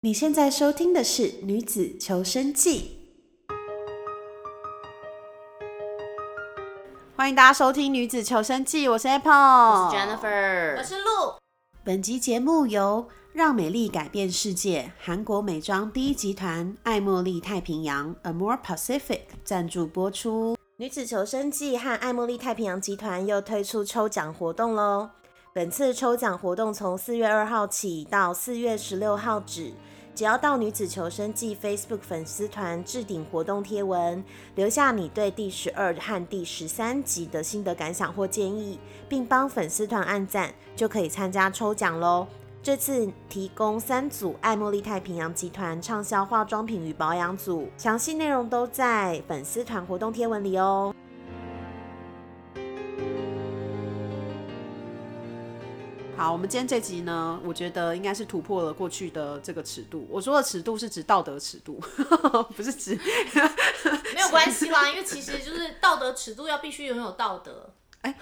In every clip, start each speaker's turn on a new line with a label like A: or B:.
A: 你现在收听的是《女子求生记》，欢迎大家收听《女子求生记》，我是 Apple，我
B: Jennifer，
C: 我是鹿，
A: 本集节目由“让美丽改变世界”韩国美妆第一集团爱茉莉太平洋 （Amore Pacific） 赞助播出。
C: 女子求生记和爱茉莉太平洋集团又推出抽奖活动喽。本次抽奖活动从四月二号起到四月十六号止，只要到女子求生记 Facebook 粉丝团置顶活动贴文，留下你对第十二和第十三集的心得感想或建议，并帮粉丝团按赞，就可以参加抽奖喽。这次提供三组爱茉莉太平洋集团畅销化妆品与保养组，详细内容都在粉丝团活动贴文里哦。
A: 好，我们今天这集呢，我觉得应该是突破了过去的这个尺度。我说的尺度是指道德尺度， 不是指
B: 没有关系啦，因为其实就是道德尺度要必须拥有道 德。
A: 哎、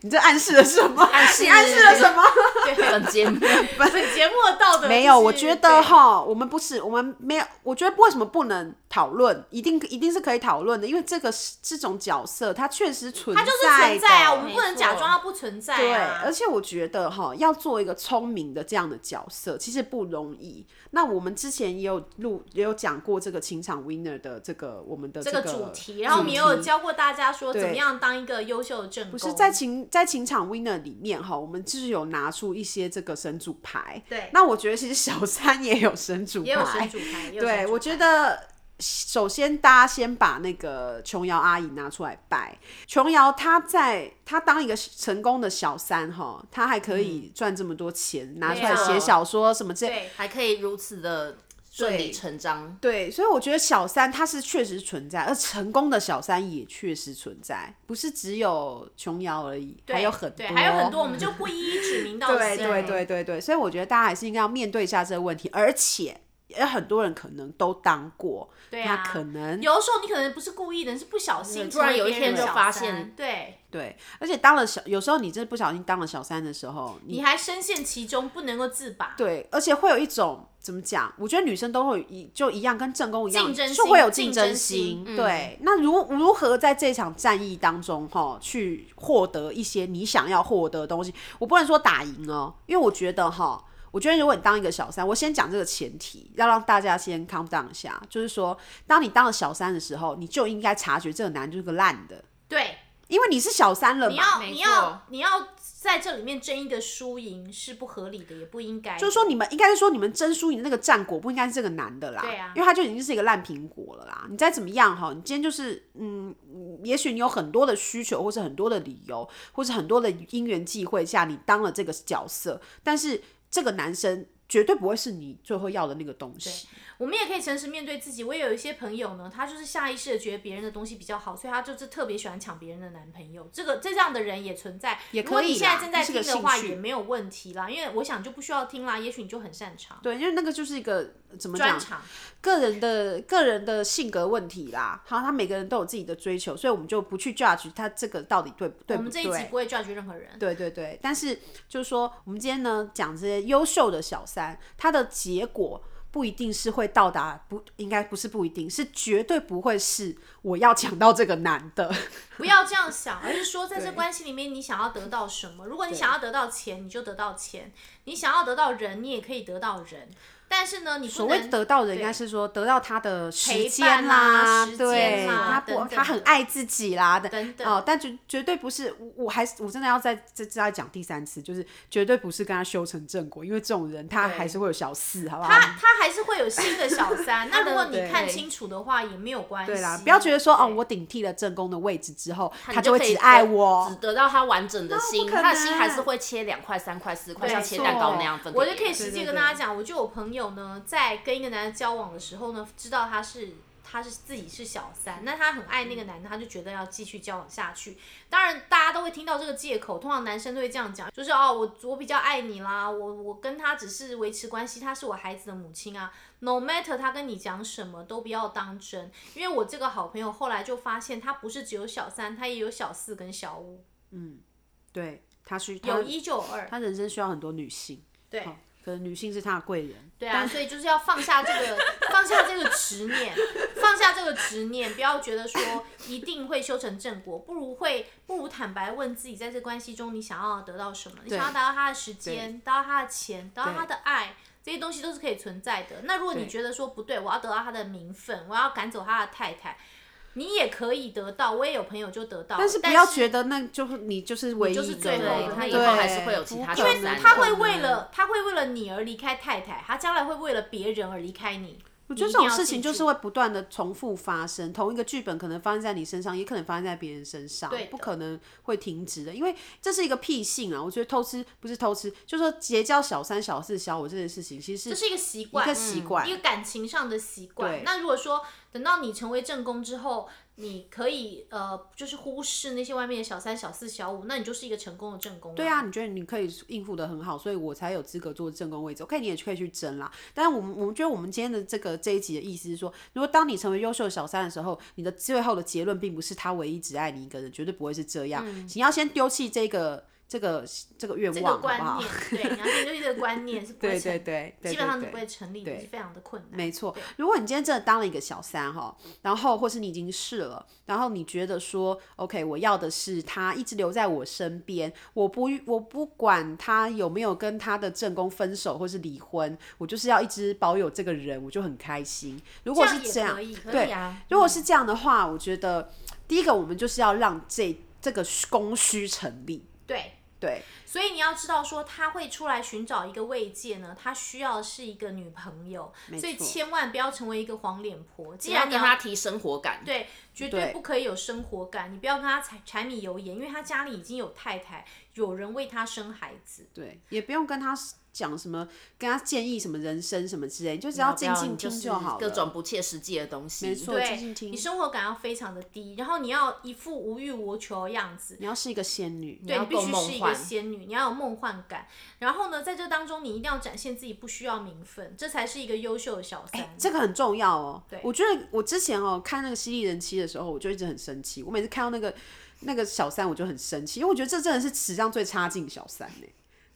A: 你这暗示了什么？
B: 暗示
A: 你暗示了什 么？
B: 对，本节目本节目的道德
A: 没有，
B: 就是
A: 我觉得哈，我们不是，我们没有，我觉得为什么不能讨论？一定一定是可以讨论的，因为这个是这种角色，它确实存在
B: 它
A: 的，
B: 就是存在啊，我们
C: 没
B: 不能
C: 错
B: 假装它不存在
A: 对，
B: 啊。
A: 而且我觉得哈，要做一个聪明的这样的角色，其实不容易。那我们之前也有录，也有讲过这个情场 winner 的这个我们的
B: 这
A: 个
B: 个主题，然后我们也有教过大家说怎么样当一个优秀的正宫。不
A: 是在情在情场 winner 里面哈，我们就是有拿出一些这个神主牌。
B: 对
A: 那我觉得其实小三也有神主牌，
B: 也有神 主牌，也有神
A: 对，
B: 主
A: 我
B: 牌
A: 觉得首先大家先把那个琼瑶阿姨拿出来拜。琼瑶她在她当一个成功的小三哈，她还可以赚这么多钱，拿出来
B: 嗯对啊
A: 写小说什么这。
B: 对
C: 还可以如此的顺理成章。
A: 对，所以我觉得小三她是确实存在，而成功的小三也确实存在，不是只有琼瑶而已，还有很多，
B: 对，还有很多，我们就不一一指名道姓。
A: 对对对对对，所以我觉得大家还是应该要面对一下这个问题，而且有很多人可能都当过，
B: 对啊
A: 那可能
B: 有的时候你可能不是故意的，你是不小心，
C: 突然有一
B: 成为别
C: 天
B: 人
C: 就
B: 的小
C: 发
B: 三
C: 现
B: 对，
A: 对，而且当了小，有时候你真的不小心当了小三的时候，你
B: 你还深陷其中不能够自拔。
A: 对，而且会有一种怎么讲？我觉得女生都会有一就一样，跟正宫一样，
B: 竞争
A: 就
B: 心
A: 会有竞
B: 竞
A: 争
B: 争
A: 心。
B: 心嗯
A: 对，那如如何在这场战役当中哈，去获得一些你想要获得的东西？我不能说打赢哦，因为我觉得哈。我觉得，如果你当一个小三，我先讲这个前提，要让大家先 calm down 一下，就是说，当你当了小三的时候，你就应该察觉这个男就是个烂的，
B: 对，
A: 因为你是小三了嘛。
B: 你要
C: 没
B: 你
C: 错
B: 要你要在这里面争一个输赢是不合理的，也不应该的。
A: 就是说，你们应该是说你们争输赢的那个战果不应该是这个男的啦，
B: 对啊
A: 因为他就已经是一个烂苹果了啦。你再怎么样哈，你今天就是嗯，嗯也许你有很多的需求，或是很多的理由，或是很多的因缘际会下，你当了这个角色，但是这个男生绝对不会是你最后要的那个东西。
B: 我们也可以诚实面对自己。我也有一些朋友呢，他就是下意识的觉得别人的东西比较好，所以他就是特别喜欢抢别人的男朋友。这个这样的人也存在。
A: 也
B: 如果
A: 可以
B: 你现
A: 啦
B: 在正在
A: 这是个
B: 听的话，
A: 兴趣
B: 也没有问题啦，因为我想就不需要听啦，也许你就很擅长。
A: 对，因为那个就是一个怎么
B: 专
A: 讲，
B: 长，
A: 个人的个人的性格问题啦。好，他每个人都有自己的追求，所以我们就不去 judge 他这个到底对不对
B: 我
A: 不
B: 们这
A: 对。
B: 一集不会 judge 任何人。
A: 对对对，但是就是说，我们今天呢讲这些优秀的小三，他的结果不一定是会到达，不应该不是不一定是绝对不会是我要抢到这个男的。
B: 不要这样想，而是说在这关系里面，你想要得到什么？如果你想要得到钱，你就得到钱；你想要得到人，你也可以得到人。但是呢，你不
A: 所谓
B: 能
A: 得到的，应
B: 对
A: 该是说得到他的时
B: 陪
A: 间
B: 伴啊时间
A: 对，
B: 啦
A: 他不
B: 等等
A: 他很爱自己啦，等
B: 等等
A: 哦，但绝绝对不是，我我还是我真的要再再再讲第三次，就是绝对不是跟他修成正果，因为这种人他还是会有小四，好不好？
B: 他他还是会有新的小 三。那如果你
A: 对
B: 看清楚的话，也没有关系。
A: 对啦，不要觉得说哦，
B: 对
A: 我顶替了正宫的位置之后，他
C: 你
A: 就会
C: 可以
A: 只爱
C: 得
A: 我，
C: 只得到他完整的心，
A: 不可能
C: 他的心还是会切两块、三块、四块，
B: 对
C: 像切蛋糕那样分给
B: 我
C: 别
B: 就
C: 人。
B: 可以实
A: 对对
B: 际跟大家讲，我就有朋友呢，在跟一个男的交往的时候呢，知道他是。他是自己是小三，那他很爱那
A: 嗯
B: 个男的，他就觉得要继续交往下去。当然，大家都会听到这个借口，通常男生都会这样讲，就是哦，我我比较爱你啦，我我跟他只是维持关系，他是我孩子的母亲啊。No matter 他跟你讲什么，都不要当真，因为我这个好朋友后来就发现，他不是只有小三，他也有小四跟小五，
A: 对他需他
B: 有一就有二。
A: 他人生需要很多女性。哦
B: 对，
A: 可能女性是他的贵人。
B: 对啊，所以就是要放下这个，放下这个执念，放下这个执念，不要觉得说一定会修成正果，不如会，不如坦白问自己，在这关系中你想要得到什么？你想要达到他的时间，达到他的钱，达到他的爱，这些东西都是可以存在的。那如果你
A: 对
B: 觉得说不对，我要得到他的名分，我要赶走他的太太，你也可以得到，我也有朋友就得到了，
A: 但是不要觉得那就是你就是唯一一个
D: 就是最
B: 后的他以
A: 对
B: 后
D: 还是会有其他
A: 不
D: 小
A: 可
D: 三
A: 能
B: 他会
D: 可能
B: 为了他会为了你而离开太太，他将来会为了别人而离开你。我
A: 我觉得这种事情就是会不断的重复发生，同一个剧本可能发生在你身上，也可能发生在别人身上
B: 对的，
A: 不可能会停止的，因为这是一个屁性啊！我觉得偷吃不是偷吃，就说结交小三、小四、小五这件事情，其实
B: 这是一个习惯，嗯
A: 一个习惯
B: 一个感情上的习惯
A: 对。
B: 那如果说等到你成为正宫之后，你可以呃，就是忽视那些外面的小三、小四、小五，那你就是一个成功的正宫、
A: 对啊，，你觉得你可以应付的很好，所以我才有资格坐正宫位置。OK，你也可以去争啦。但是我们我们觉得我们今天的这个这一集的意思是说，如果当你成为优秀的小三的时候，你的最后的结论并不是他唯一只爱你一个人，绝对不会是这样。你要先丢弃这个这个这个愿
B: 嗯这个
A: 望，好不
B: 观
A: 好
B: 念？，对，你要面对这个观念是不会
A: 对
B: 成，
A: 对对，对
B: 基本上
A: 对
B: 是不
A: 对
B: 会成立的，是非常的困难。
A: 没错
B: 对，
A: 如果你今天真的当了一个小三哈，然后或是你已经试了，然后你觉得说，OK，我要的是他一直留在我身边，我不我不管他有没有跟他的正宫分手或是离婚，我就是要一直保有这个人，我就很开心。如果是这
B: 这
A: 样
B: 样，也可以，
A: 对
B: 可以啊。
A: 如果是这样的话，我觉得第一个我们就是要让这这个供需成立，
B: 对，
A: 对，
B: 所以你要知道说他会出来寻找一个慰藉呢，他需要的是一个女朋友，
A: 没
B: 所以
A: 错
B: 千万不要成为一个黄脸婆。既
D: 你要
B: 然你
D: 跟
B: 要
D: 他提生活感，对，
B: 对，绝对
A: 对
B: 不可以有生活感，你不要跟他柴柴米油盐，因为他家里已经有太太，有人为他生孩子。
A: 对，也不用跟他讲什么，跟他建议什么人生什么之类，你就只要静静听
D: 就
A: 好了。
D: 各种不切实际的东西，
A: 没错静
B: 对
A: 静，听
B: 你生活感要非常的低，然后你要一副无欲无求的样子，
A: 你要是一个仙女，
B: 对，
D: 要
B: 你必
D: 够
B: 须
D: 梦
B: 是一个
D: 幻
B: 仙女，你要有梦幻感。然后呢，在这当中，你一定要展现自己不需要名分，这才是一个优秀的小三。
A: 哎这个很重要哦
B: 对。
A: 我觉得我之前哦看那个《犀利人妻》的时候，我就一直很生气。我每次看到那个那个小三，我就很生气，因为我觉得这真的是史上最差劲小三呢、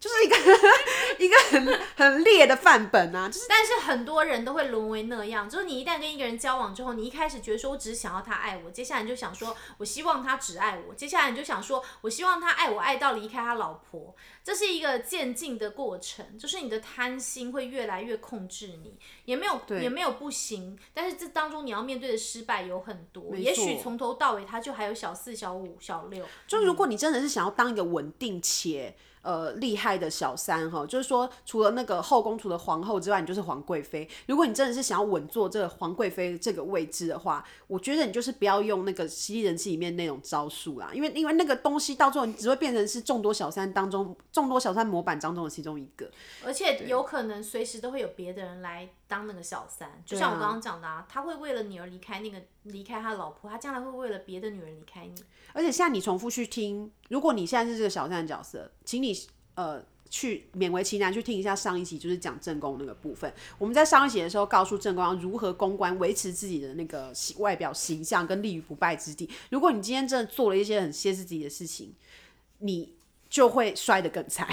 A: 就是一个 一个很很劣的范本啊，就是
B: 但是很多人都会沦为那样，就是你一旦跟一个人交往之后，你一开始觉得说我只是想要他爱我，接下来你就想说我希望他只爱我，接下来你就想说我希望他爱我爱到离开他老婆，这是一个渐进的过程，就是你的贪心会越来越控制你，也没有
A: 对
B: 也没有不行，但是这当中你要面对的失败有很多，
A: 没
B: 也许
A: 错
B: 从头到尾他就还有小四、小五、小六，
A: 就如果你真的是想要当一个稳定且呃厉害的小三哈，就是说除了那个后宫除了皇后之外，你就是皇贵妃。如果你真的是想要稳坐这个皇贵妃这个位置的话，我觉得你就是不要用那个《犀利人妻》里面那种招数啦，因为因为那个东西到最后你只会变成是众多小三当中众多小三模板当中的其中一个。
B: 而且有可能随时都会有别的人来当那个小三，就像我
A: 对啊
B: 刚刚讲的啊，他会为了你而离开那个离开他老婆，他将来会为了别的女人离 开你。
A: 而且现在你重复去听，如果你现在是这个小三的角色，请你呃去勉为其难去听一下上一集，就是讲正宫那个部分。我们在上一集的时候告诉正宫要如何公关，维持自己的那个形外表形象跟立于不败之地。如果你今天真的做了一些很歇斯底里的事情，你就会摔得更惨。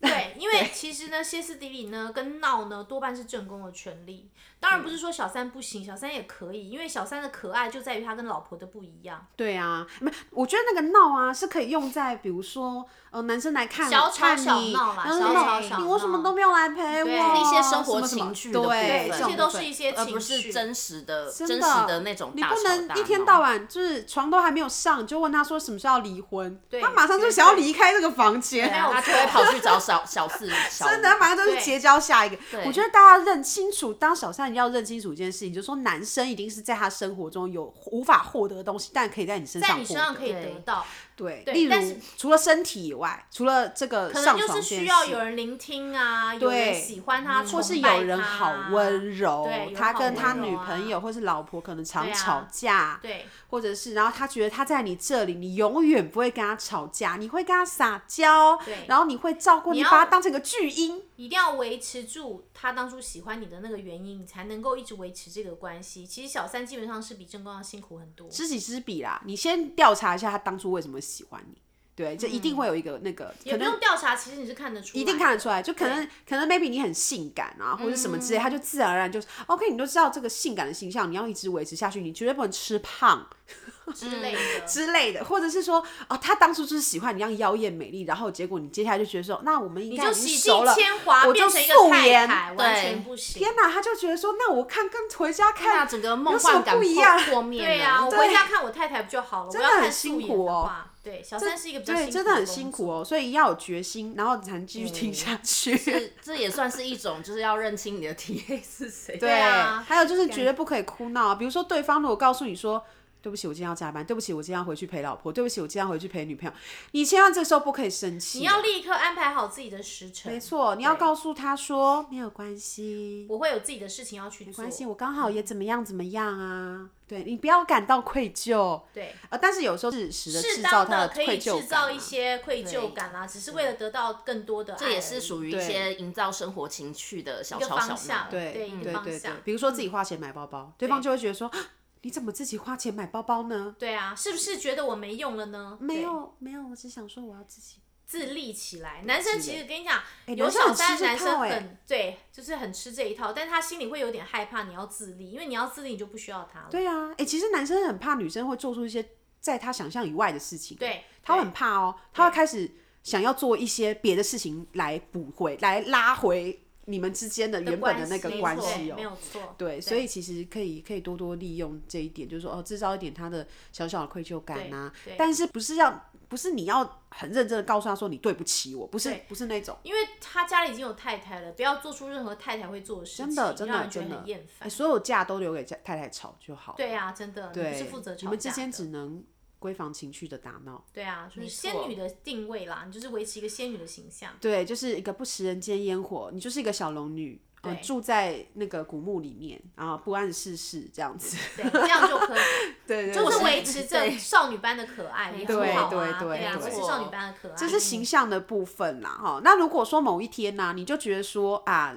B: 对，因为其实呢，歇斯底里呢跟闹呢多半是正宫的权利。当
A: 嗯
B: 然不是说小三不行，小三也可以，因为小三的可爱就在于他跟老婆的不一样。
A: 对啊，没，我觉得那个闹啊是可以用在，比如说，呃，男生来看
B: 小吵
A: 看
B: 小
A: 你，
B: 闹啦
A: 然后
B: 小
A: 那种
B: 吵小
A: 你为什么
B: 闹
A: 都没有来陪我？
B: 对
D: 一些生活
A: 什么什么
D: 情绪的部分
A: 对，
D: 对
A: 种
B: 这些都
A: 部分
B: 是一些
D: 而不
B: 情绪
D: 是真实的、真
A: 真
D: 实
A: 的
D: 的那种
A: 你
D: 大
A: 不
D: 吵大闹。
A: 能一天到晚就是床都还没有上，就问他说什么时候要离婚，
B: 对
A: 他马上就想要离开这个房
D: 对
A: 间，
D: 啊，他就会跑去找小小四、 小五
A: 真的，他马上就
B: 对
A: 是结交下一个。我觉得大家认清楚，当小三你要认清楚一件事情，就是说男生一定是在他生活中有无法获得的东西，但可以在你身
B: 在
A: 上
B: 你
A: 获
B: 身上
A: 得。
B: 可以
D: 对
B: 得到，
A: 对，
B: 对
A: 例
B: 但是
A: 如除了身体以外，除了这个
B: 可
A: 上
B: 能
A: 床
B: 就是
A: 这件
B: 需要
A: 事
B: 有人聆听啊，有
A: 对嗯
B: 人喜欢他，
A: 或
B: 或
A: 是有人好温柔
B: 对有，人
A: 他
B: 好
A: 跟他
B: 温柔
A: 女
B: 啊
A: 朋友或是老婆可能
B: 对
A: 常
B: 啊
A: 吵架，
B: 对。
A: 或者是，然后他觉得他在你这里，你永远不会跟他吵架，你会跟他撒娇
B: 对，
A: 然后你会照顾
B: 你
A: 你，
B: 要
A: 把他当成一个巨婴。
B: 一定要维持住他当初喜欢你的那个原因，你才能够一直维持这个关系。其实小三基本上是比正宫要辛苦很多。
A: 知己知彼啦，你先调查一下他当初为什么喜欢你，对，就一定会有一个那个，
B: 嗯也
A: 可
B: 不
A: 能
B: 用调查，其实你是看得出来，
A: 一定看得出来，就可能可能 maybe 你很性感啊，或者什么之类，
B: 嗯
A: 他就自然而然就是 OK，你都知道这个性感的形象，你要一直维持下去，你绝对不能吃胖
B: 之类的。
A: 之类的，或者是说啊，他当初就是喜欢你这样妖艳美丽，然后结果你接下来就觉得说，那我们应
B: 你
A: 该
B: 就
A: 已经
B: 洗
A: 熟
B: 尽
A: 了，
B: 铅华
A: 我就
B: 变成一个
A: 素
B: 太
A: 颜
B: 太，完
D: 对
B: 全不行。
A: 天哪，他就觉得说，那我看跟回家
D: 那
A: 看
D: 整个梦
A: 有什么
D: 幻感
A: 不一样
D: 破破灭
B: 对呀、
D: 了
B: 我
A: 对
B: 回家看我太太不就好了？我
A: 真的
B: 要看
A: 很
B: 素
A: 辛
B: 颜
A: 苦
B: 的
A: 哦
B: 话，对，小三是一个比较辛
A: 对，
B: 苦
A: 真的很
B: 工
A: 辛苦
B: 作。
A: 哦，所以要有决心，然后你才能继续听下去。
D: 是这也算是一种，就是要认清你的 TA 是谁。
A: 对
B: 啊
A: 还有就是绝对不可以哭闹啊。比如说，对方如果告诉你说：“对不起，我今天要加班；对不起，我今天要回去陪老婆；对不起，我今天要回去陪女朋友。”你千万这时候不可以生气，啊
B: 你要立刻安排好自己的时辰。
A: 没错，你要
B: 对
A: 告诉他说：“没有关系，
B: 我会有自己的事情要去
A: 没
B: 做。
A: 关系，我刚好也怎么样怎么样啊。”对你不要感到愧疚，
B: 对，
A: 呃，但是有时候适时的制
B: 适
A: 造
B: 当
A: 他的
B: 的可
A: 愧
B: 以
A: 疚感、啊，
B: 制造一些愧疚感啊啦、只是为了得到更多的爱而已，
D: 这也是属于一
A: 对
D: 些营造生活情趣的小
B: 一个
D: 吵小
B: 方
D: 闹
B: 向，。
A: 对
B: 对一个
A: 对
B: 方
A: 对对
B: 向。。嗯
A: 比如说自己花钱买包包，对方就会觉得说：“啊你怎么自己花钱买包包呢？”
B: 对啊，是不是觉得我没用了呢？
A: 没
B: 对
A: 有没有，我只想说我要自己
B: 自立起来。男生其实跟你讲，有
A: 哎男生
B: 小
A: 很吃
B: 三的
A: 这
B: 男生
A: 套
B: 很、
A: 欸
B: 对，就是很吃这一套，但他心里会有点害怕你要自立，因为你要自立你就不需要他了。
A: 对啊，哎、其实男生很怕女生会做出一些在他想象以外的事情，
B: 对
A: 他会
B: 对
A: 很怕哦，他会开始想要做一些别的事情来补回来，拉回你们之间的原本的那个
B: 没
A: 关
B: 错
A: 系
B: 没
A: 哦。
B: 有错。
A: 对，所以其实可以可以多多利用这一点，就是说哦，制造一点他的小小的愧疚感啊
B: 对对。
A: 但是不是要不是你要很认真的告诉他说你对不起我，不是
B: 对
A: 不是那种
B: 因为他家里已经有太太了，不要做出任何太太会做的事情，
A: 真的真
B: 让
A: 的
B: 人觉
A: 真
B: 得
A: 的
B: 很厌，
A: 诶
B: 烦。
A: 所有架都留给家太太吵就好了。
B: 对啊，真的，你不是
A: 对，
B: 负责吵
A: 你们
B: 架
A: 之间
B: 的
A: 只能闺房情趣的打闹。
B: 对啊，就是
D: 没
B: 仙
D: 错
B: 女的定位啦，你就是维持一个仙女的形象。
A: 对，就是一个不食人间烟火，你就是一个小龙女，呃
B: 对
A: 住在那个古墓里面，然后不谙世事这样子。
B: 对，这样就可以，
A: 对对，
B: 就是
A: 对
B: 维持这
D: 对
B: 少女般的可爱，也很
A: 对
B: 好啊，
A: 对对
B: 啊，
A: 对
B: 维持少女般的可爱，
A: 这是形象的部分啦，哈。那如果说某一天呢、你就觉得说啊。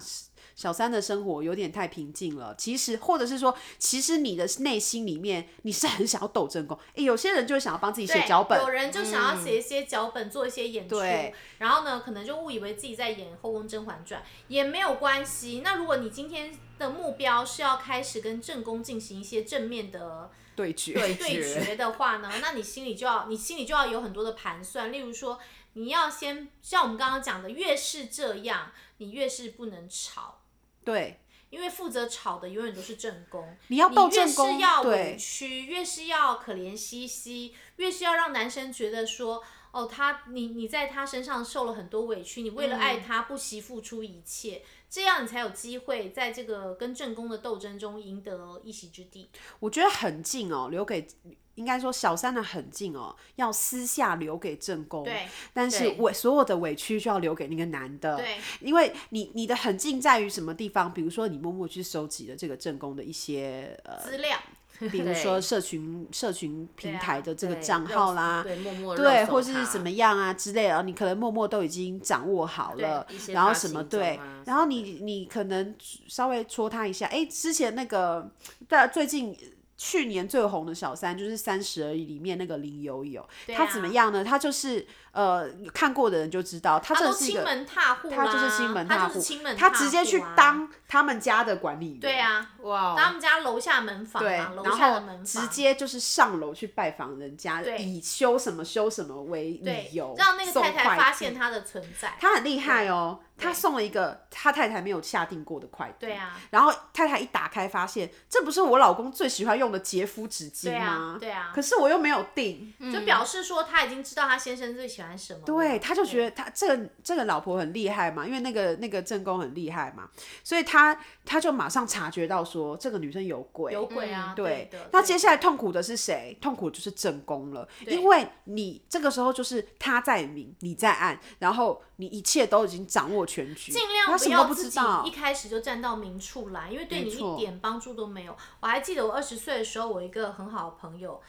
A: 小三的生活有点太平静了，其实或者是说，其实你的内心里面你是很想要斗争功，诶，有些人就会想要帮自己写
B: 对
A: 脚本
B: 有，人就想要
A: 嗯
B: 写一些脚本，做一些演出，
A: 对
B: 然后呢，可能就误以为自己在演《后宫甄嬛传》，也没有关系。那如果你今天的目标是要开始跟正宫进行一些正面的
A: 对决，
D: 对
B: 对
D: 决
B: 决的话呢，那你心里就要，你心里就要有很多的盘算，例如说，你要先像我们刚刚讲的，越是这样，你越是不能吵。
A: 对，
B: 因为负责吵的永远都是正宫，
A: 你要斗正宫
B: 越是要委
A: 对
B: 屈，越是要可怜兮兮，越是要让男生觉得说，哦，他你你在他身上受了很多委屈，你为了
A: 嗯
B: 爱他不惜付出一切，这样你才有机会在这个跟正宫的斗争中赢得一席之地。
A: 我觉得很近哦，留给应该说小三的很近哦，要私下留给正宫，
B: 对
A: 但是
D: 对
A: 委所有的委屈就要留给那个男的，
B: 对，
A: 因为你你的很近在于什么地方？比如说你默默去收集了这个正宫的一些呃，
B: 资料
A: 比如
D: 对
A: 说社群社群
B: 啊
A: 平台的这个
D: 对
A: 账号啦。
D: 对，默默
A: 对，
D: 肉搜
A: 或是
D: 他
A: 怎么样啊之类的，然后你可能默默都已经掌握好了
D: 对一，些
A: 然后
D: 他
A: 什么
D: 行踪啊
A: 对
D: 什么，
A: 然后你你可能稍微戳他一下，哎，之前那个在最近去年最红的小三就是《三十而已》里面那个林有有，
B: 对
A: 他
B: 啊
A: 怎么样呢？他就是呃，看过的人就知道，他
B: 他
A: 真
B: 都
A: 的是一
B: 亲
A: 个
B: 门踏户啦，
A: 他就是亲门踏
B: 他就
A: 户，
B: 是亲门踏
A: 他
B: 户啊
A: 直接去当他们家的管理员，
B: 对啊，
D: 哇
B: 当他们家楼下门房
A: 对，
B: 啊，楼
A: 然
B: 下的门
A: 后
B: 房，
A: 直接就是上楼去拜访人家，
B: 对
A: 以修什么修什么为
B: 对
A: 理由，
B: 让那个
A: 送
B: 太太发
A: 快递
B: 现他的存在。
A: 他很厉害哦，
B: 对
A: 他送了一个他太太没有下定过的快递，
B: 对啊，
A: 然后太太一打开发现，这不是我老公最喜欢用的洁肤纸巾
B: 对啊
A: 吗？，
B: 对啊，嗯
A: 可是我又没有订，
B: 就表示说他已经知道他先生最喜欢什么
A: 嗯
B: 了。
A: 对，他就觉得他这个这个老婆很厉害嘛，因为那个那个正宫很厉害嘛，所以他他就马上察觉到说这个女生有鬼。
B: 有鬼啊，
A: 嗯对
B: 的。
A: 那
B: 对
A: 接
B: 的
A: 下来痛苦的是谁？痛苦就是正宫了，
B: 对
A: 因为你这个时候就是他在明，你在暗，然后你一切都已经掌握全局，
B: 尽量
A: 他
B: 不
A: 什么都
B: 要
A: 不
B: 自
A: 知
B: 己
A: 道
B: 一。开始就站到明处来，因为对你
A: 没
B: 一
A: 错
B: 点帮助都没有。我还记得我二十岁的时候，我一个很好的朋友，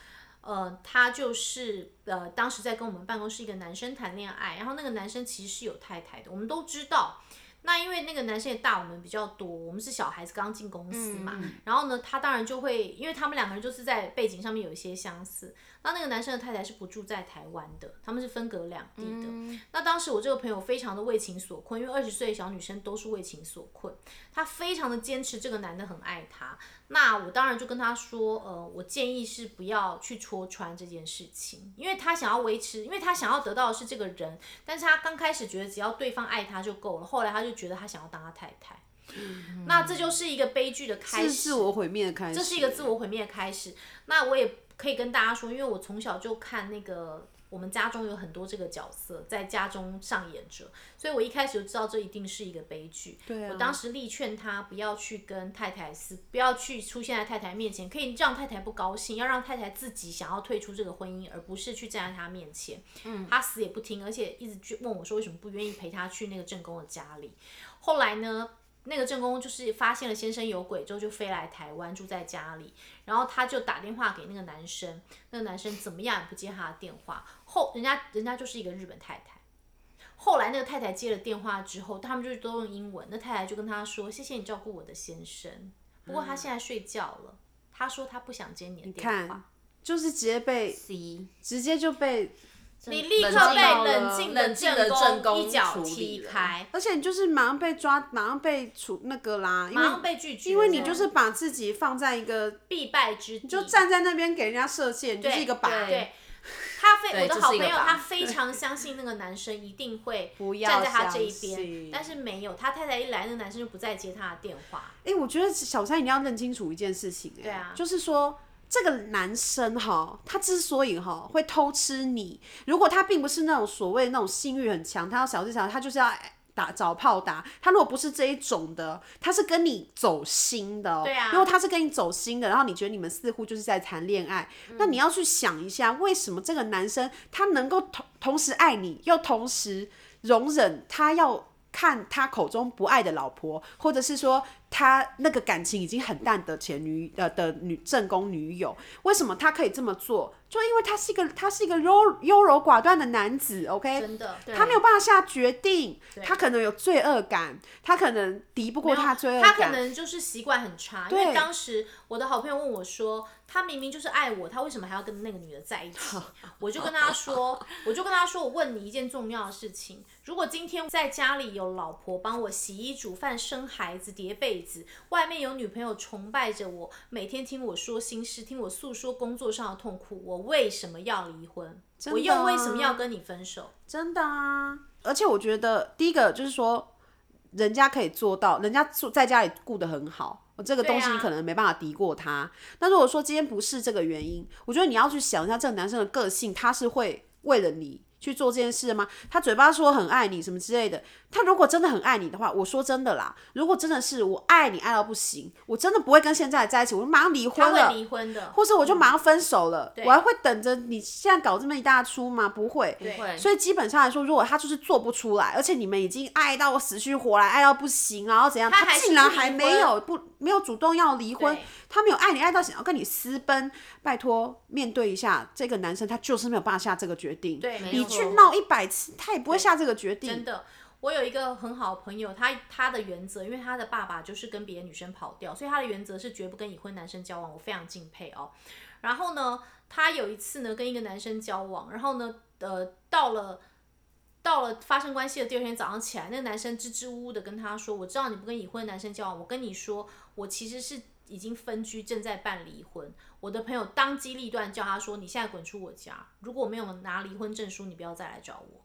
B: 呃，他就是呃，当时在跟我们办公室一个男生谈恋爱，然后那个男生其实是有太太的，我们都知道。那因为那个男生也大我们比较多，我们是小孩子刚进公司嘛，然后呢，他当然就会，因为他们两个人就是在背景上面有一些相似。那那个男生的太太是不住在台湾的，他们是分隔两地的。那当时我这个朋友非常的为情所困，因为二十岁的小女生都是为情所困，她非常的坚持这个男的很爱她。那我当然就跟她说，呃，我建议是不要去戳穿这件事情，因为她想要维持，因为她想要得到的是这个人，但是她刚开始觉得只要对方爱她就够了，后来她就觉得她想要当她太太。 那这就是一个悲剧的开
A: 是
B: 始，
A: 嗯自我毁灭的开始，
B: 这是一个自我毁灭的开始。那我也可以跟大家说，因为我从小就看那个我们家中有很多这个角色在家中上演着，所以我一开始就知道这一定是一个悲剧。
A: 对啊
B: 我当时力劝他不要去跟太太撕，不要去出现在太太面前，可以让太太不高兴，要让太太自己想要退出这个婚姻，而不是去站在他面前。嗯，他死也不听，而且一直去问我说为什么不愿意陪他去那个正宫的家里。后来呢，那个正宫就是发现了先生有鬼之后，就飞来台湾住在家里，然后他就打电话给那个男生，那个男生怎么样也不接他的电话，后人家人家就是一个日本太太。后来那个太太接了电话之后，他们就都用英文。那太太就跟他说：“谢谢你照顾我的先生，不过他现在睡觉了。他说他不想接你的电
A: 看
B: 话，，
A: 就是直接被
D: C，
A: 直接就被，
B: 你立刻
D: 冷静
B: 被
D: 到了
B: 冷静的
D: 冷静的
B: 正
D: 正宫
B: 一脚
D: 处理
B: 踢
D: 了
B: 开，
A: 而且你就是马上被抓，马上被处那个啦，因
B: 马上
A: 为
B: 被拒绝，
A: 因为你就是把自己放在一个
B: 必败之地，
A: 就站在那边给人家射箭，你就是一个靶，
B: 对，他非我
D: 对
B: 的
D: 这
B: 好
D: 是
B: 朋
D: 一个
B: 友，
D: 吧
B: 他非常相信那个男生一定会
A: 不要
B: 站在他这一
A: 相
B: 边
A: 信，
B: 但是没有，他太太一来，那个男生就不再接他的电话。
A: 哎、我觉得小三一定要认清楚一件事情、哎，
B: 对啊
A: 就是说这个男生哈，他之所以哈会偷吃你，如果他并不是那种所谓那种性欲很强，他要小四小，他就是要打找炮打。他如果不是这一种的，他是跟你走心的、哦，
B: 对啊
A: 如果他是跟你走心的，然后你觉得你们似乎就是在谈恋爱，
B: 嗯
A: 那你要去想一下，为什么这个男生他能够同同时爱你，又同时容忍他要看他口中不爱的老婆，或者是说他那个感情已经很淡的前女呃的女正宫女友，为什么他可以这么做？就因为他是一个他是一个优优柔寡断的男子，OK，
B: 真的，
A: 他没有办法下决定，他可能有罪恶感，他可能敌不过他罪恶
B: 他
A: 感，
B: 可能就是习惯很差，因为当时我的好朋友问我说，他明明就是爱我，他为什么还要跟那个女的在一起？ 我就跟他说，我就跟他说，我问你一件重要的事情，如果今天在家里有老婆帮我洗衣、煮饭、生孩子、叠被子，外面有女朋友崇拜着我，每天听我说心事，听我诉说工作上的痛苦，我为什么要离婚？我
A: 的啊
B: 又为什么要跟你分手？
A: 真的啊！而且我觉得第一个就是说，人家可以做到，人家住在家里顾得很好，这个
B: 对啊啊
A: 东西你可能没办法敌过他。那如果说今天不是这个原因，我觉得你要去想一下这个男生的个性，他是会为了你。去做这件事的吗？他嘴巴说很爱你什么之类的，他如果真的很爱你的话，我说真的啦，如果真的是我爱你爱到不行，我真的不会跟现在的在一起，我就马上离婚
B: 他
A: 了
B: 会。离婚的，
A: 或是我就马上分手了，我还会等着你现在搞这么一大出吗？不会，
B: 对
D: 会
A: 所以基本上来说，如果他就是做不出来，而且你们已经爱到死去活来，爱到不行，然后怎样，他
B: 他还是
A: 竟然
B: 不离
A: 还
B: 婚
A: 没有不没有主动要离婚
B: 对，
A: 他没有爱你爱到想要跟你私奔，拜托面对一下这个男生，他就是没有办法下这个决定。
B: 对没
A: 你
D: 错
A: 去闹一百次，他也不会下这个决定。
B: 真的，我有一个很好的朋友，他他的原则，因为他的爸爸就是跟别的女生跑掉，所以他的原则是绝不跟已婚男生交往，我非常敬佩哦。然后呢，他有一次呢跟一个男生交往，然后呢，呃，到了。到了发生关系的第二天早上起来，那个男生支支吾吾的跟他说：“我知道你不跟已婚的男生交往，我跟你说，我其实是已经分居，正在办离婚。”我的朋友当机立断叫他说：“你现在滚出我家！如果我没有拿离婚证书，你不要再来找我。”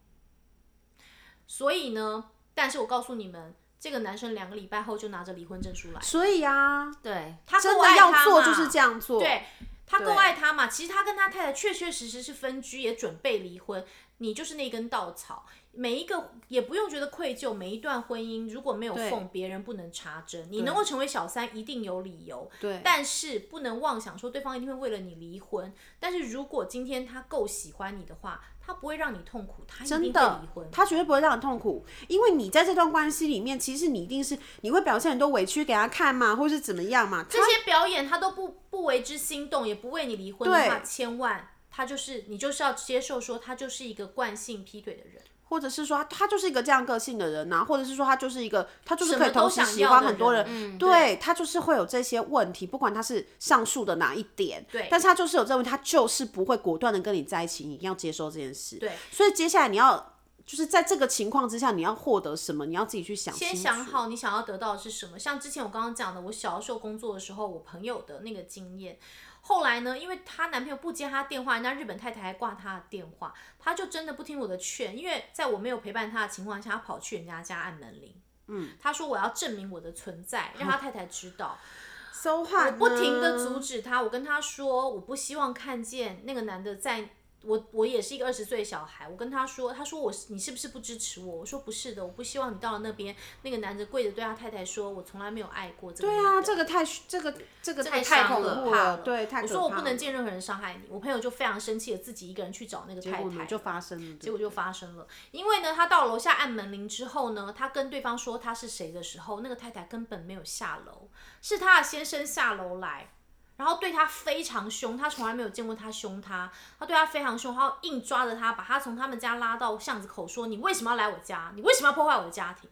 B: 所以呢，但是我告诉你们，这个男生两个礼拜后就拿着离婚证书来，
A: 所以啊，
D: 对，
B: 他
A: 真
B: 够
A: 的
B: 爱
A: 要
B: 他
A: 做
B: 嘛
A: 就是这样做。
B: 对他够
D: 对
B: 爱他嘛？其实他跟他太太确确实实是分居，也准备离婚。你就是那根稻草，每一个也不用觉得愧疚。每一段婚姻如果没有
A: 对
B: 缝，别人不能查证。你能够成为小三，一定有理由。
A: 对
B: 但是不能妄想说对方一定会为了你离婚。但是如果今天他够喜欢你的话，他不会让你痛苦，他一定
A: 真
B: 会
A: 的
B: 离婚，。
A: 他绝对不会让你痛苦，因为你在这段关系里面，其实你一定是你会表现很多委屈给他看嘛，或是怎么样嘛。
B: 这些表演他都不不为之心动，也不为你离婚的话，
A: 对
B: 千万他就是你就是要接受说他就是一个惯性劈腿的人。
A: 或者是说他他就是一个这样个性的人呐、啊或者是说他就是一个他就是可以
B: 什么
A: 同
B: 都
A: 时
B: 想
A: 喜
B: 要
A: 欢
B: 的
A: 很多人，
B: 人嗯
A: 对他就是会有这些问题，不管他是上述的哪一点，
B: 对
A: 但是他就是有这个问题，他就是不会果断的跟你在一起，你一定要接受这件事，
B: 对，
A: 所以接下来你要就是在这个情况之下，你要获得什么，你要自己去想，
B: 先想。好你想要得到的是什么。像之前我刚刚讲的，我小的时候工作的时候，我朋友的那个经验。后来呢，因为她男朋友不接她电话，人家日本太太还挂她的电话，她就真的不听我的劝，因为在我没有陪伴她的情况下，她跑去人家家按门铃。嗯，她说我要证明我的存在，让她太太知道。
A: So hard，
B: 我不停
A: 嗯
B: 的阻止他，我跟他说，我不希望看见那个男的在。我我也是一个二十岁的小孩，我跟他说，他说我是你是不是不支持我？我说不是的，我不希望你到了那边，那个男的跪着对他太太说，我从来没有爱过这个
A: 对
B: 女
A: 啊，
B: 的
A: 这个太这个这个太
B: 太
A: 太恐
B: 可
A: 怖
B: 怕
A: 了，对，太
B: 我
A: 可
B: 说我
A: 怕
B: 不
A: 了
B: 能，见任何人伤害你，我朋友就非常生气的自己一个人去找那个太
A: 结果
B: 太
A: 呢
B: 了，
A: 就发生了，
B: 结果就发生了。因为呢，他到楼下按门铃之后呢，他跟对方说他是谁的时候，那个太太根本没有下楼，是他的先生下楼来，然后对他非常凶，他从来没有见过他凶他，他对他非常凶，然后硬抓着他，把他从他们家拉到巷子口，说你为什么要来我家？你为什么要破坏我的家庭？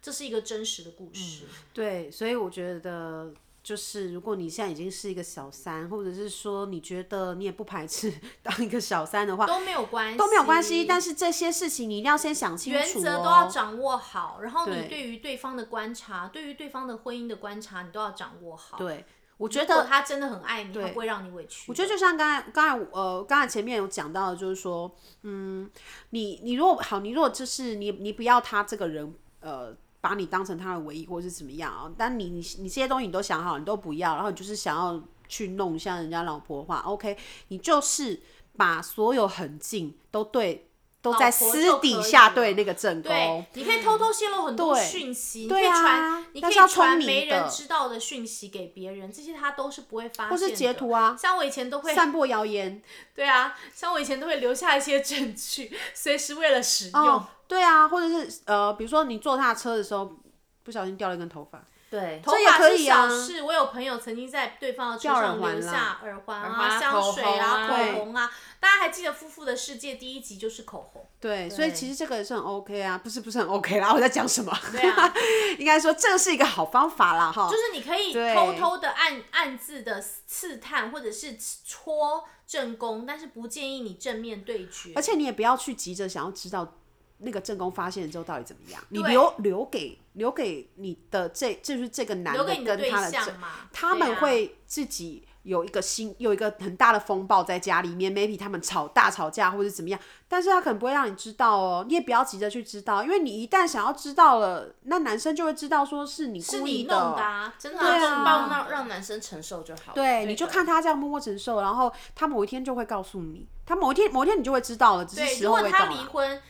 B: 这是一个真实的故
A: 嗯
B: 事。
A: 对，所以我觉得就是，如果你现在已经是一个小三，或者是说你觉得你也不排斥 当一个小三的话，
B: 都没有关系，
A: 都没有关系。但是这些事情你一定要先想清楚、哦，
B: 原则都要掌握好，然后你
A: 对
B: 对于对方的观察，对于对方的婚姻的观察，你都要掌握好。
A: 对，我觉
B: 如果
A: 得
B: 他真的很爱你，他不会让你委屈的。我
A: 我觉得就像刚才刚才呃，刚才前面有讲到，就是说，嗯，你你如果好，你如果就是你你不要他这个人，呃，把你当成他的唯一或是怎么样啊？但你你你这些东西你都想好，你都不要，然后你就是想要去弄一下人家老婆的话，OK，你就是把所有很近都对都在
B: 婆
A: 私
B: 就
A: 底
B: 可以
A: 下
B: 了
A: 对那个正宫
B: 对。，你可以偷偷泄露很多
A: 对
B: 讯息，
A: 对
B: 你可以
A: 啊
B: 传，你可
A: 但
B: 以
A: 是要
B: 传
A: 聪明
B: 没人
A: 的
B: 知道的讯息给别人，这些他都是不会发现的。
A: 或是截图啊
B: 像我以前都会，
A: 散播谣言
B: 对啊，像我以前都会留下一些证据，随时为了使用。
A: 哦，对啊，或者是呃，比如说你坐他的车的时候，不小心掉了一根头发，
D: 对，
B: 头
A: 这也
B: 发
A: 可
B: 是
A: 以
B: 小
A: 啊
B: 事，我有朋友曾经在对方的车
A: 掉耳
B: 上留
A: 环啦
B: 下耳环
D: 耳
B: 啊、
D: 环啊
B: 香
D: 口
B: 水
D: 红
B: 啊、
D: 啊
B: 口
A: 对
B: 红啊。大家还记得《夫妇的世界》第一集就是口红，
A: 对，所以
D: 对
A: 其实这个也是很 OK 啊，不是不是很 OK 啦，我在讲什么？
B: 对啊，
A: 应该说这是一个好方法啦，哈。
B: 就是你可以
A: 对
B: 偷偷的暗暗自的刺探或者是戳正宫，但是不建议你正面对决。
A: 而且你也不要去急着想要知道那个正宫发现了之后到底怎么样，你
B: 对
A: 留留给留给你的这就是这个男
B: 留
A: 的
B: 给你的对
A: 跟他的
B: 象
A: 正，
B: 嘛，
A: 他
B: 对
A: 们
B: 啊
A: 会自己有一个新有一个很大的风暴在家里面，maybe 他们吵大吵架或者怎么样，但是他可能不会让你知道哦，你也不要急着去知道，因为你一旦想要知道了，那男生就会知道说是你
B: 是
A: 故
B: 你
A: 意
B: 弄的、啊，真
D: 真
B: 的
D: 的
A: 对
D: 让
A: 啊
D: 让让让男生承受就好了。
A: 对，
D: 这
A: 你就
D: 个
A: 看他这样默默承受，然后他某一天就会告诉你，他某一天某一天你就会知道了，只是
B: 对，
A: 时
B: 如
A: 候
B: 果
A: 未到
B: 他
A: 啊。
B: 离婚，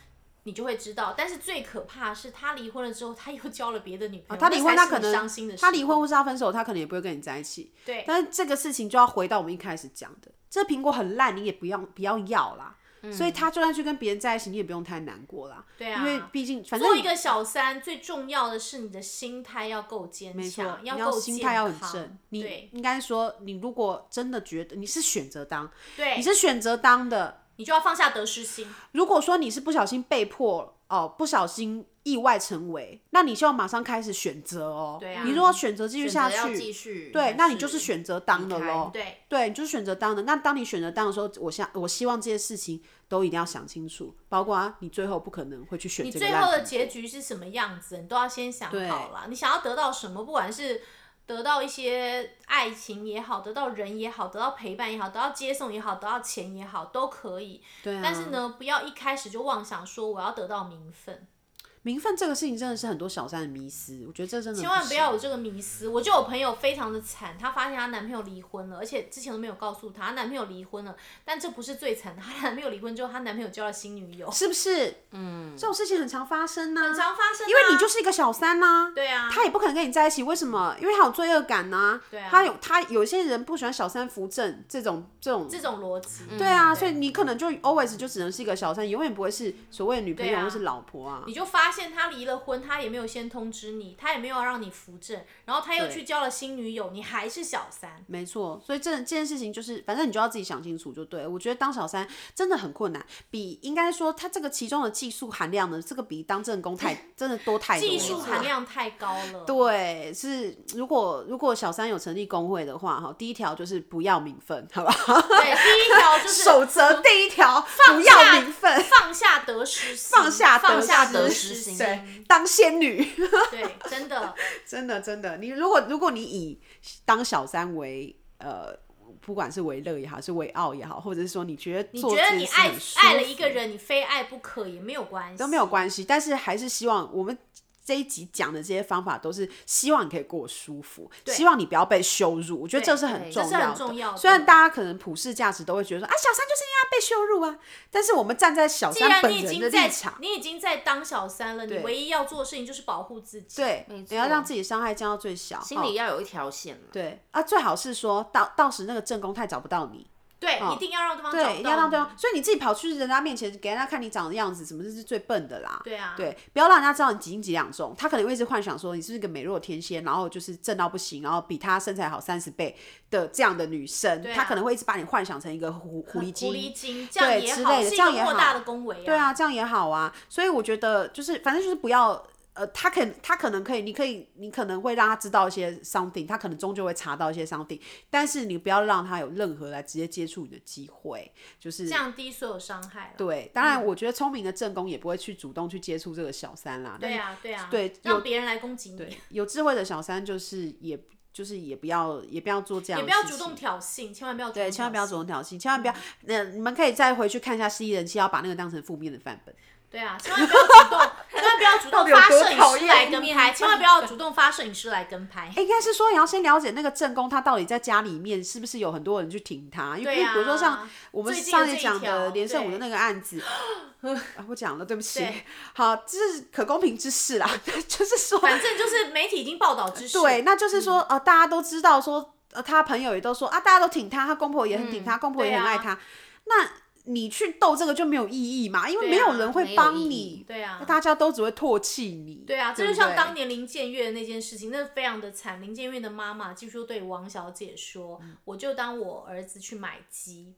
B: 你就会知道。但是最可怕的是，他离婚了之后，他又交了别的女朋
A: 啊
B: 友，
A: 他离婚，
B: 那
A: 他
B: 才
A: 可
B: 是你
A: 能
B: 伤心的时候。
A: 他离婚或是他分手，他可能也不会跟你在一起。
B: 对，
A: 但是这个事情就要回到我们一开始讲的，这苹果很烂，你也不要不要要啦。所以他就算去跟别人在一起，你也不用太难过啦。
B: 嗯对
A: 因为
B: 啊
A: 毕竟反正
B: 做
A: 你
B: 一个小三，最重要的是你的心态要够坚
A: 没错
B: 强，，
A: 你要
B: 够
A: 心
B: 健
A: 态要很
B: 康
A: 正。
B: 对
A: 你应该说，你如果真的觉得你是选择当，
B: 对，
A: 你是选择当的，
B: 你就要放下得失心。
A: 如果说你是不小心被迫哦，不小心意外成为，那你就要马上开始选择哦。
B: 对啊
A: 你如果选择继续
D: 选
A: 下
D: 择要继
A: 去，
D: 续，
A: 对
D: 还，
A: 那你就是选择当的
D: 离开
A: 喽。
B: 对，
A: 对，你就是选择当的。那当你选择当的时候，我想我希望这些事情都一定要想清楚，包括啊你最后不可能会去选
B: 你
A: 这个
B: 最
A: 烂
B: 后的
A: 苹
B: 结局是什么样子，你都要先想
A: 对
B: 好了。你想要得到什么，不管是得到一些爱情也好，得到人也好，得到陪伴也好，得到接送也好，得到钱也好，都可以。
A: 对啊，
B: 但是，呢，不要一开始就妄想说我要得到名分，
A: 名分这个事情真的是很多小三的迷思，我觉得这真的
B: 千万不
A: 不
B: 要有
A: 行
B: 这个迷思。我就有朋友非常的惨，她发现她男朋友离婚了，而且之前都没有告诉她，她男朋友离婚了。但这不是最惨的，她男朋友离婚之后，她男朋友交了新女友，
A: 是不是？嗯，这种事情很常发生呐、
B: 很常发生、啊。
A: 因为你就是一个小三呐、
B: 对啊，
A: 他也不可能跟你在一起，为什么？因为他有罪恶感呐、
B: 对啊
A: 他有他有些人不喜欢小三扶正这种这种。
B: 这种逻辑，
A: 对啊啊，所以你可能就 always 就只能是一个小三，永远不会是所谓的女朋
B: 对
A: 友
B: 啊
A: 或是老婆啊。
B: 你就发发现他离了婚，他也没有先通知你，他也没有让你扶正，然后他又
A: 对
B: 去交了新女友，你还是小三。
A: 没错，所以这这件事情就是，反正你就要自己想清楚就对了。我觉得当小三真的很困难，比应该说他这个其中的技术含量呢，这个比当正宫太 真的多太多了。
B: 技术含量太高了，
A: 对，是如果如果小三有成立工会的话，哈，第一条就是不要名分，好吧？
B: 对，第一 条就是
A: 守则第一条，不
B: 下
A: 要名分，
B: 放下得失心，
A: 放下得
B: 放下
A: 失
B: 得
D: 失
B: 心，
D: 心
A: 对，当仙女。
B: 对，真的，
A: 真的真的，你如果如果你以当小三为呃，不管是为乐也好，是为傲也好，或者是说你觉得
B: 你
A: 做
B: 觉
A: 这
B: 得
A: 件
B: 你
A: 事
B: 爱
A: 很舒
B: 爱了一
A: 服
B: 个人，你非爱不可也没有关系，
A: 都没有关系，但是还是希望我们。这一集讲的这些方法都是希望你可以过得舒服，
B: 对
A: 希望你不要被羞辱，我觉得
B: 对
A: 这是
D: 对
A: 很
D: 这
A: 重
B: 是
A: 要
B: 很
A: 的。
B: 重要的
A: 虽然大家可能普世价值都会觉得说啊，小三就是应该被羞辱啊，但是我们站在小
B: 既
A: 三
B: 然
A: 本
B: 你已
A: 人
B: 经
A: 的
B: 在
A: 立场，
B: 你已经在当小三了，你
A: 对
B: 唯一要做的事情就是保护自己。，
A: 对
D: 没，
A: 你要让
D: 错
A: 自己伤害降到最小，
D: 心
A: 哦
D: 里要有一条线了。
A: 对啊，最好是说到到时那个正宫太找不到你，
B: 对，
A: 哦
B: 一定要让对方找到
A: 对，一定要让对
B: 你
A: 方，所以你自己跑去人家面前给人家看你长的样子，什么这是最笨的啦。
B: 对啊，
A: 对，不要让人家知道你几斤几两重，他可能会一直幻想说你是不是个美若天仙，然后就是正到不行，然后比他身材好三十倍的这样的女生，
B: 对啊
A: 他可能会一直把你幻想成一个狐狐狸
B: 狐
A: 精。
B: 狸精这样也
A: 之
B: 好，
A: 类的
B: 是一
A: 这样
B: 个
A: 也
B: 莫
A: 好
B: 大的恭维啊。
A: 对，啊，这样也好啊。所以我觉得就是，反正就是不要。呃，他可他可能可以，你可以，你可能会让他知道一些 something，他可能终究会查到一些 something，但是你不要让他有任何来直接接触你的机会，就是
B: 降低所有伤害了。
A: 对，当
B: 嗯
A: 然，我觉得聪明的正宫也不会去主动去接触这个小三啦。
B: 对
A: 但是
B: 啊，对啊，
A: 对
B: 让
A: 有
B: 别人来攻击
A: 对
B: 你，，
A: 有智慧的小三就是也就是也不要也不要做这样
B: 也
A: 的
B: 不
A: 事情，
B: 要主动挑衅，千万不要主动挑
A: 对，
B: 衅，嗯
A: 千万不要主动挑衅，千万不要。那、你们可以再回去看一下《失忆人妻》，要把那个当成负面的范本。
B: 对啊，千万不要主动，千万不要 主
A: 到
B: 动
A: 底有
B: 发
A: 多
B: 摄
A: 讨
B: 影师
A: 厌哎
B: 来跟拍，千万不要主动发摄影师来跟拍。
A: 诶应该是说你要先了解那个正宫，他到底在家里面是不是有很多人去挺他？因为
B: 对啊
A: 比如说像我们
B: 最近的
A: 上一
B: 这一
A: 讲的
B: 条
A: 连胜武的
B: 对
A: 那个案 子，啊，我讲了，对不起
B: 对。
A: 好，这是可公平之事啦， 就是说，
B: 反正嗯就是媒体已经报道之事，
A: 对，，那就是说，呃，大家都知道说，呃，他朋友也都说啊，大家都挺他，他公婆也很挺他，公婆也
B: 对
A: 很爱
B: 啊
A: 他。那你去斗这个就没有意义嘛，因为
B: 对
A: 没有
B: 啊
A: 人
D: 没
A: 会
D: 有
A: 帮
D: 意义
A: 你，
B: 对啊
A: 那，大家都只会唾弃你。
B: 对啊，这就
A: 不
B: 像
A: 对
B: 当年林建岳那件事情，那非常的惨。林建岳的妈妈据说对王小姐说：“
A: 嗯
B: 我就当我儿子去买鸡，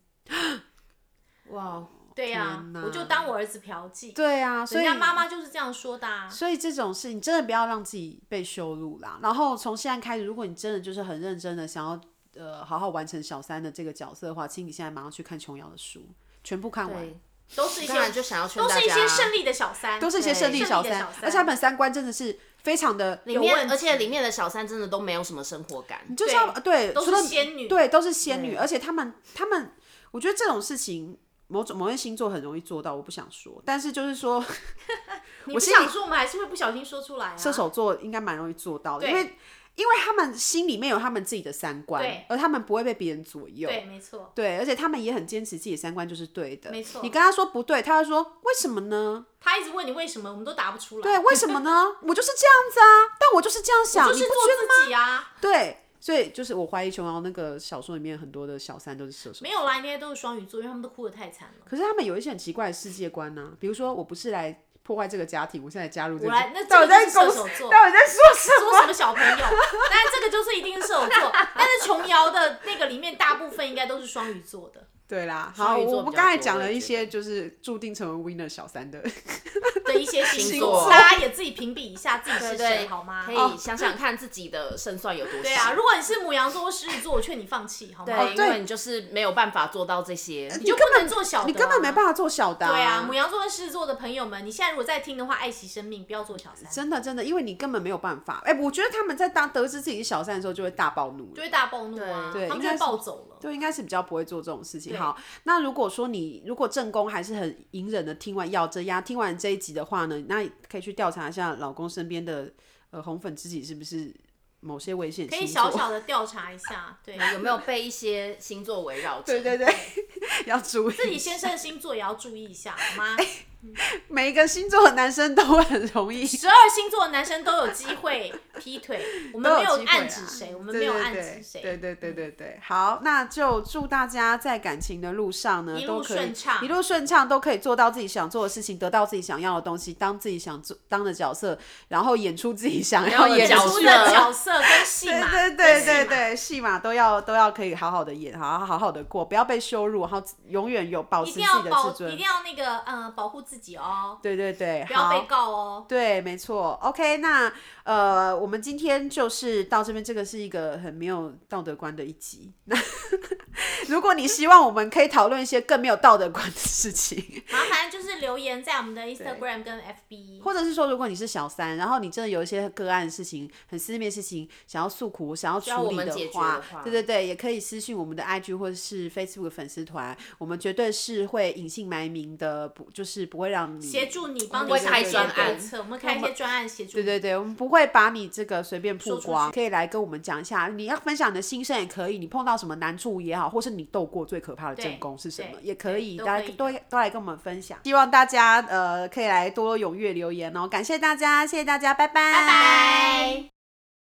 D: 哇，哦
B: 对呀、
A: 天哪
B: 我就当我儿子嫖妓。”
A: 对啊，所
B: 人
A: 以
B: 家妈妈就是这样说的、啊。
A: 所以这种事，你真的不要让自己被羞辱啦。然后从现在开始，如果你真的就是很认真的想要呃好好完成小三的这个角色的话，请你现在马上去看琼瑶的书，全部看完
D: 对。，
B: 都是一
D: 当然
B: 些
D: 就想要劝
B: 都
D: 大
B: 是一
D: 家，
B: 些胜利的小三，
A: 都是一些
D: 对
A: 胜利
B: 胜利
A: 小
B: 的
A: 三，
B: 小
A: 而且他们三观真的是非常的
D: 里
B: 有问
D: 面
B: 题
D: 而且里面的小三真的都没有什么生活感，
A: 就像对，
B: 都
A: 除
B: 是
A: 了
B: 仙女
A: 对，都是仙女，
D: 对
A: 而且他们他们，我觉得这种事情。某种某些星座很容易做到，我不想说，但是就是说，
B: 你
A: 我
B: 不
A: 心里
B: 想说，我们还是会不小心说出来啊。
A: 射手座应该蛮容易做到的，因为
B: 对
A: 因为他们心里面有他们自己的三观
B: 对，
A: 而他们不会被别人左右，
B: 对，没错，
A: 对而且他们也很坚持自己的三观就是对的，
B: 没错
A: 你跟他说不对，他会说为什么 呢？
B: 他一直问你为什么，我们都答不出来。
A: 对，为什么呢？我就是这样子啊，但我就是这样想，
B: 就
A: 你
B: 是
A: 不
B: 做
A: 觉得吗？
B: 自己啊，
A: 对，所以就是我怀疑琼瑶那个小说里面很多的小三都是射手，
B: 没有啦，应该都是双鱼座，因为他们都哭得太惨了。
A: 可是他们有一些很奇怪的世界观呢、比如说我不是来破坏这个家庭，我是来加入这
B: 我
A: 个
B: 来，那
A: 到
B: 这
A: 底
B: 个
A: 在
B: 就是射
A: 公
B: 手 座，
A: 到底在说什么？
B: 说什么小朋友， 但这个就是一定是射手座，但是琼瑶的那个里面大部分应该都是双鱼座的，
A: 对啦，
D: 双
A: 好，
D: 鱼座
A: 我
D: 比
A: 们
D: 较
A: 刚才
D: 多
A: 讲
D: 我也
A: 了一
D: 觉
A: 些
D: 得
A: 就是注定成为 winner 小三的，
B: 的一些星
D: 星
B: 座，
D: 座
B: 大家也自己评比一下自己
D: 对
B: 是
D: 对
B: 谁好吗
D: 可？
B: 哦
D: 以 想想看自己的胜算有多少。
B: 对啊，如果你是母羊座或狮子座，我劝你放弃好吗？
D: 对，因
A: 对
D: 为你就是没有办法做到这些。
B: 你哦就不能做小的啊，
A: 你根本没办法做小的、
B: 对啊，母羊座跟狮子座的朋友们，你现在如果在听的话，爱惜生命，不要做小三，
A: 真的真的，因为你根本没有办法。哎、我觉得他们在当得知自己是小三的时候，就会大暴怒了
B: 就会大暴怒啊，
D: 对
A: 对
B: 他
A: 应
B: 们就
A: 该
B: 会
A: 是
B: 暴走了。
A: 对，应该是比较不会做这种事情。
B: 对
A: 好，那如果说你如果正宫还是很隐忍的听完要这压，听完这一集的话呢，那可以去调查一下老公身边的呃红粉知己是不是某些危险
B: 可
A: 星座，
B: 以小 小的调查一下，对，
D: 有没有被一些星座围绕着？
A: 对对对，要注意 哎
B: 自己先生的星座也要注意一下，好吗？
A: 每一个星座的男生都很容 易。
B: 十二星座的男生都有机会劈 腿，我们
A: 都
B: 没
A: 有机会
B: 暗
A: 啦
B: 指谁，我们没
A: 对
B: 有
A: 对
B: 暗
A: 对
B: 指谁，嗯
A: 对对对对对，好，那就祝大家在感情的路上呢，
B: 一
A: 都
B: 路
A: 可以
B: 顺畅
A: 一路顺畅，都可以做到自己想做的事情，得到自己想要的东西，当自己想做当的角色，然后演出自己想要
D: 要的
A: 演
B: 演
D: 角
B: 出
D: 色
B: 的角色跟戏
A: 对
B: 码，
A: 对
B: 跟
A: 对
B: 戏
A: 对
B: 码
A: 对，戏码都要都要可以好好的演，好好好好的过，不要被羞辱，然后永远有保
B: 一
A: 持自
B: 定要
A: 己的
B: 保，
A: 自
B: 一
A: 尊
B: 定。要那个呃保护自己哦，
A: 对对对，
B: 不要
A: 好
B: 被告哦。
A: 对，没错。OK，那呃，我们今天就是到这边，这个是一个很没有道德观的一集。那 如果你希望我们可以讨论一些更没有道德观的事情，
B: 麻烦就是留言在我们的 Instagram 跟 FB，
A: 或者是说，如果你是小三，然后你真的有一些个案的事情、很私密的事情，想要诉苦、想要
D: 要
A: 处
D: 我
A: 理
D: 们
A: 的
D: 解决
A: 话，
D: 的话
A: 对对对，也可以私信我们的 IG 或者是 Facebook 粉丝团，我们绝对是会隐姓埋名的，不就是不会让你
B: 协助你帮你
D: 会
B: 想
D: 开
B: 一些
D: 专案
B: 对策我们开一些专案协助
A: 对
B: 你。
A: 对对，我们不会把你这个随便曝
B: 说出
A: 光，
B: 去
A: 可以来跟我们讲一下，你要分享你的心声也可以，你碰到什么难处也好，或是你斗过最可怕的
B: 对
A: 正宫是什么
B: 对
A: 也可以，
B: 对
A: 大家
B: 都可以
A: 都都来跟我们分享。希望大家呃可以来多踊跃留言哦，感谢大家，谢谢大家，拜拜，拜
B: 拜拜。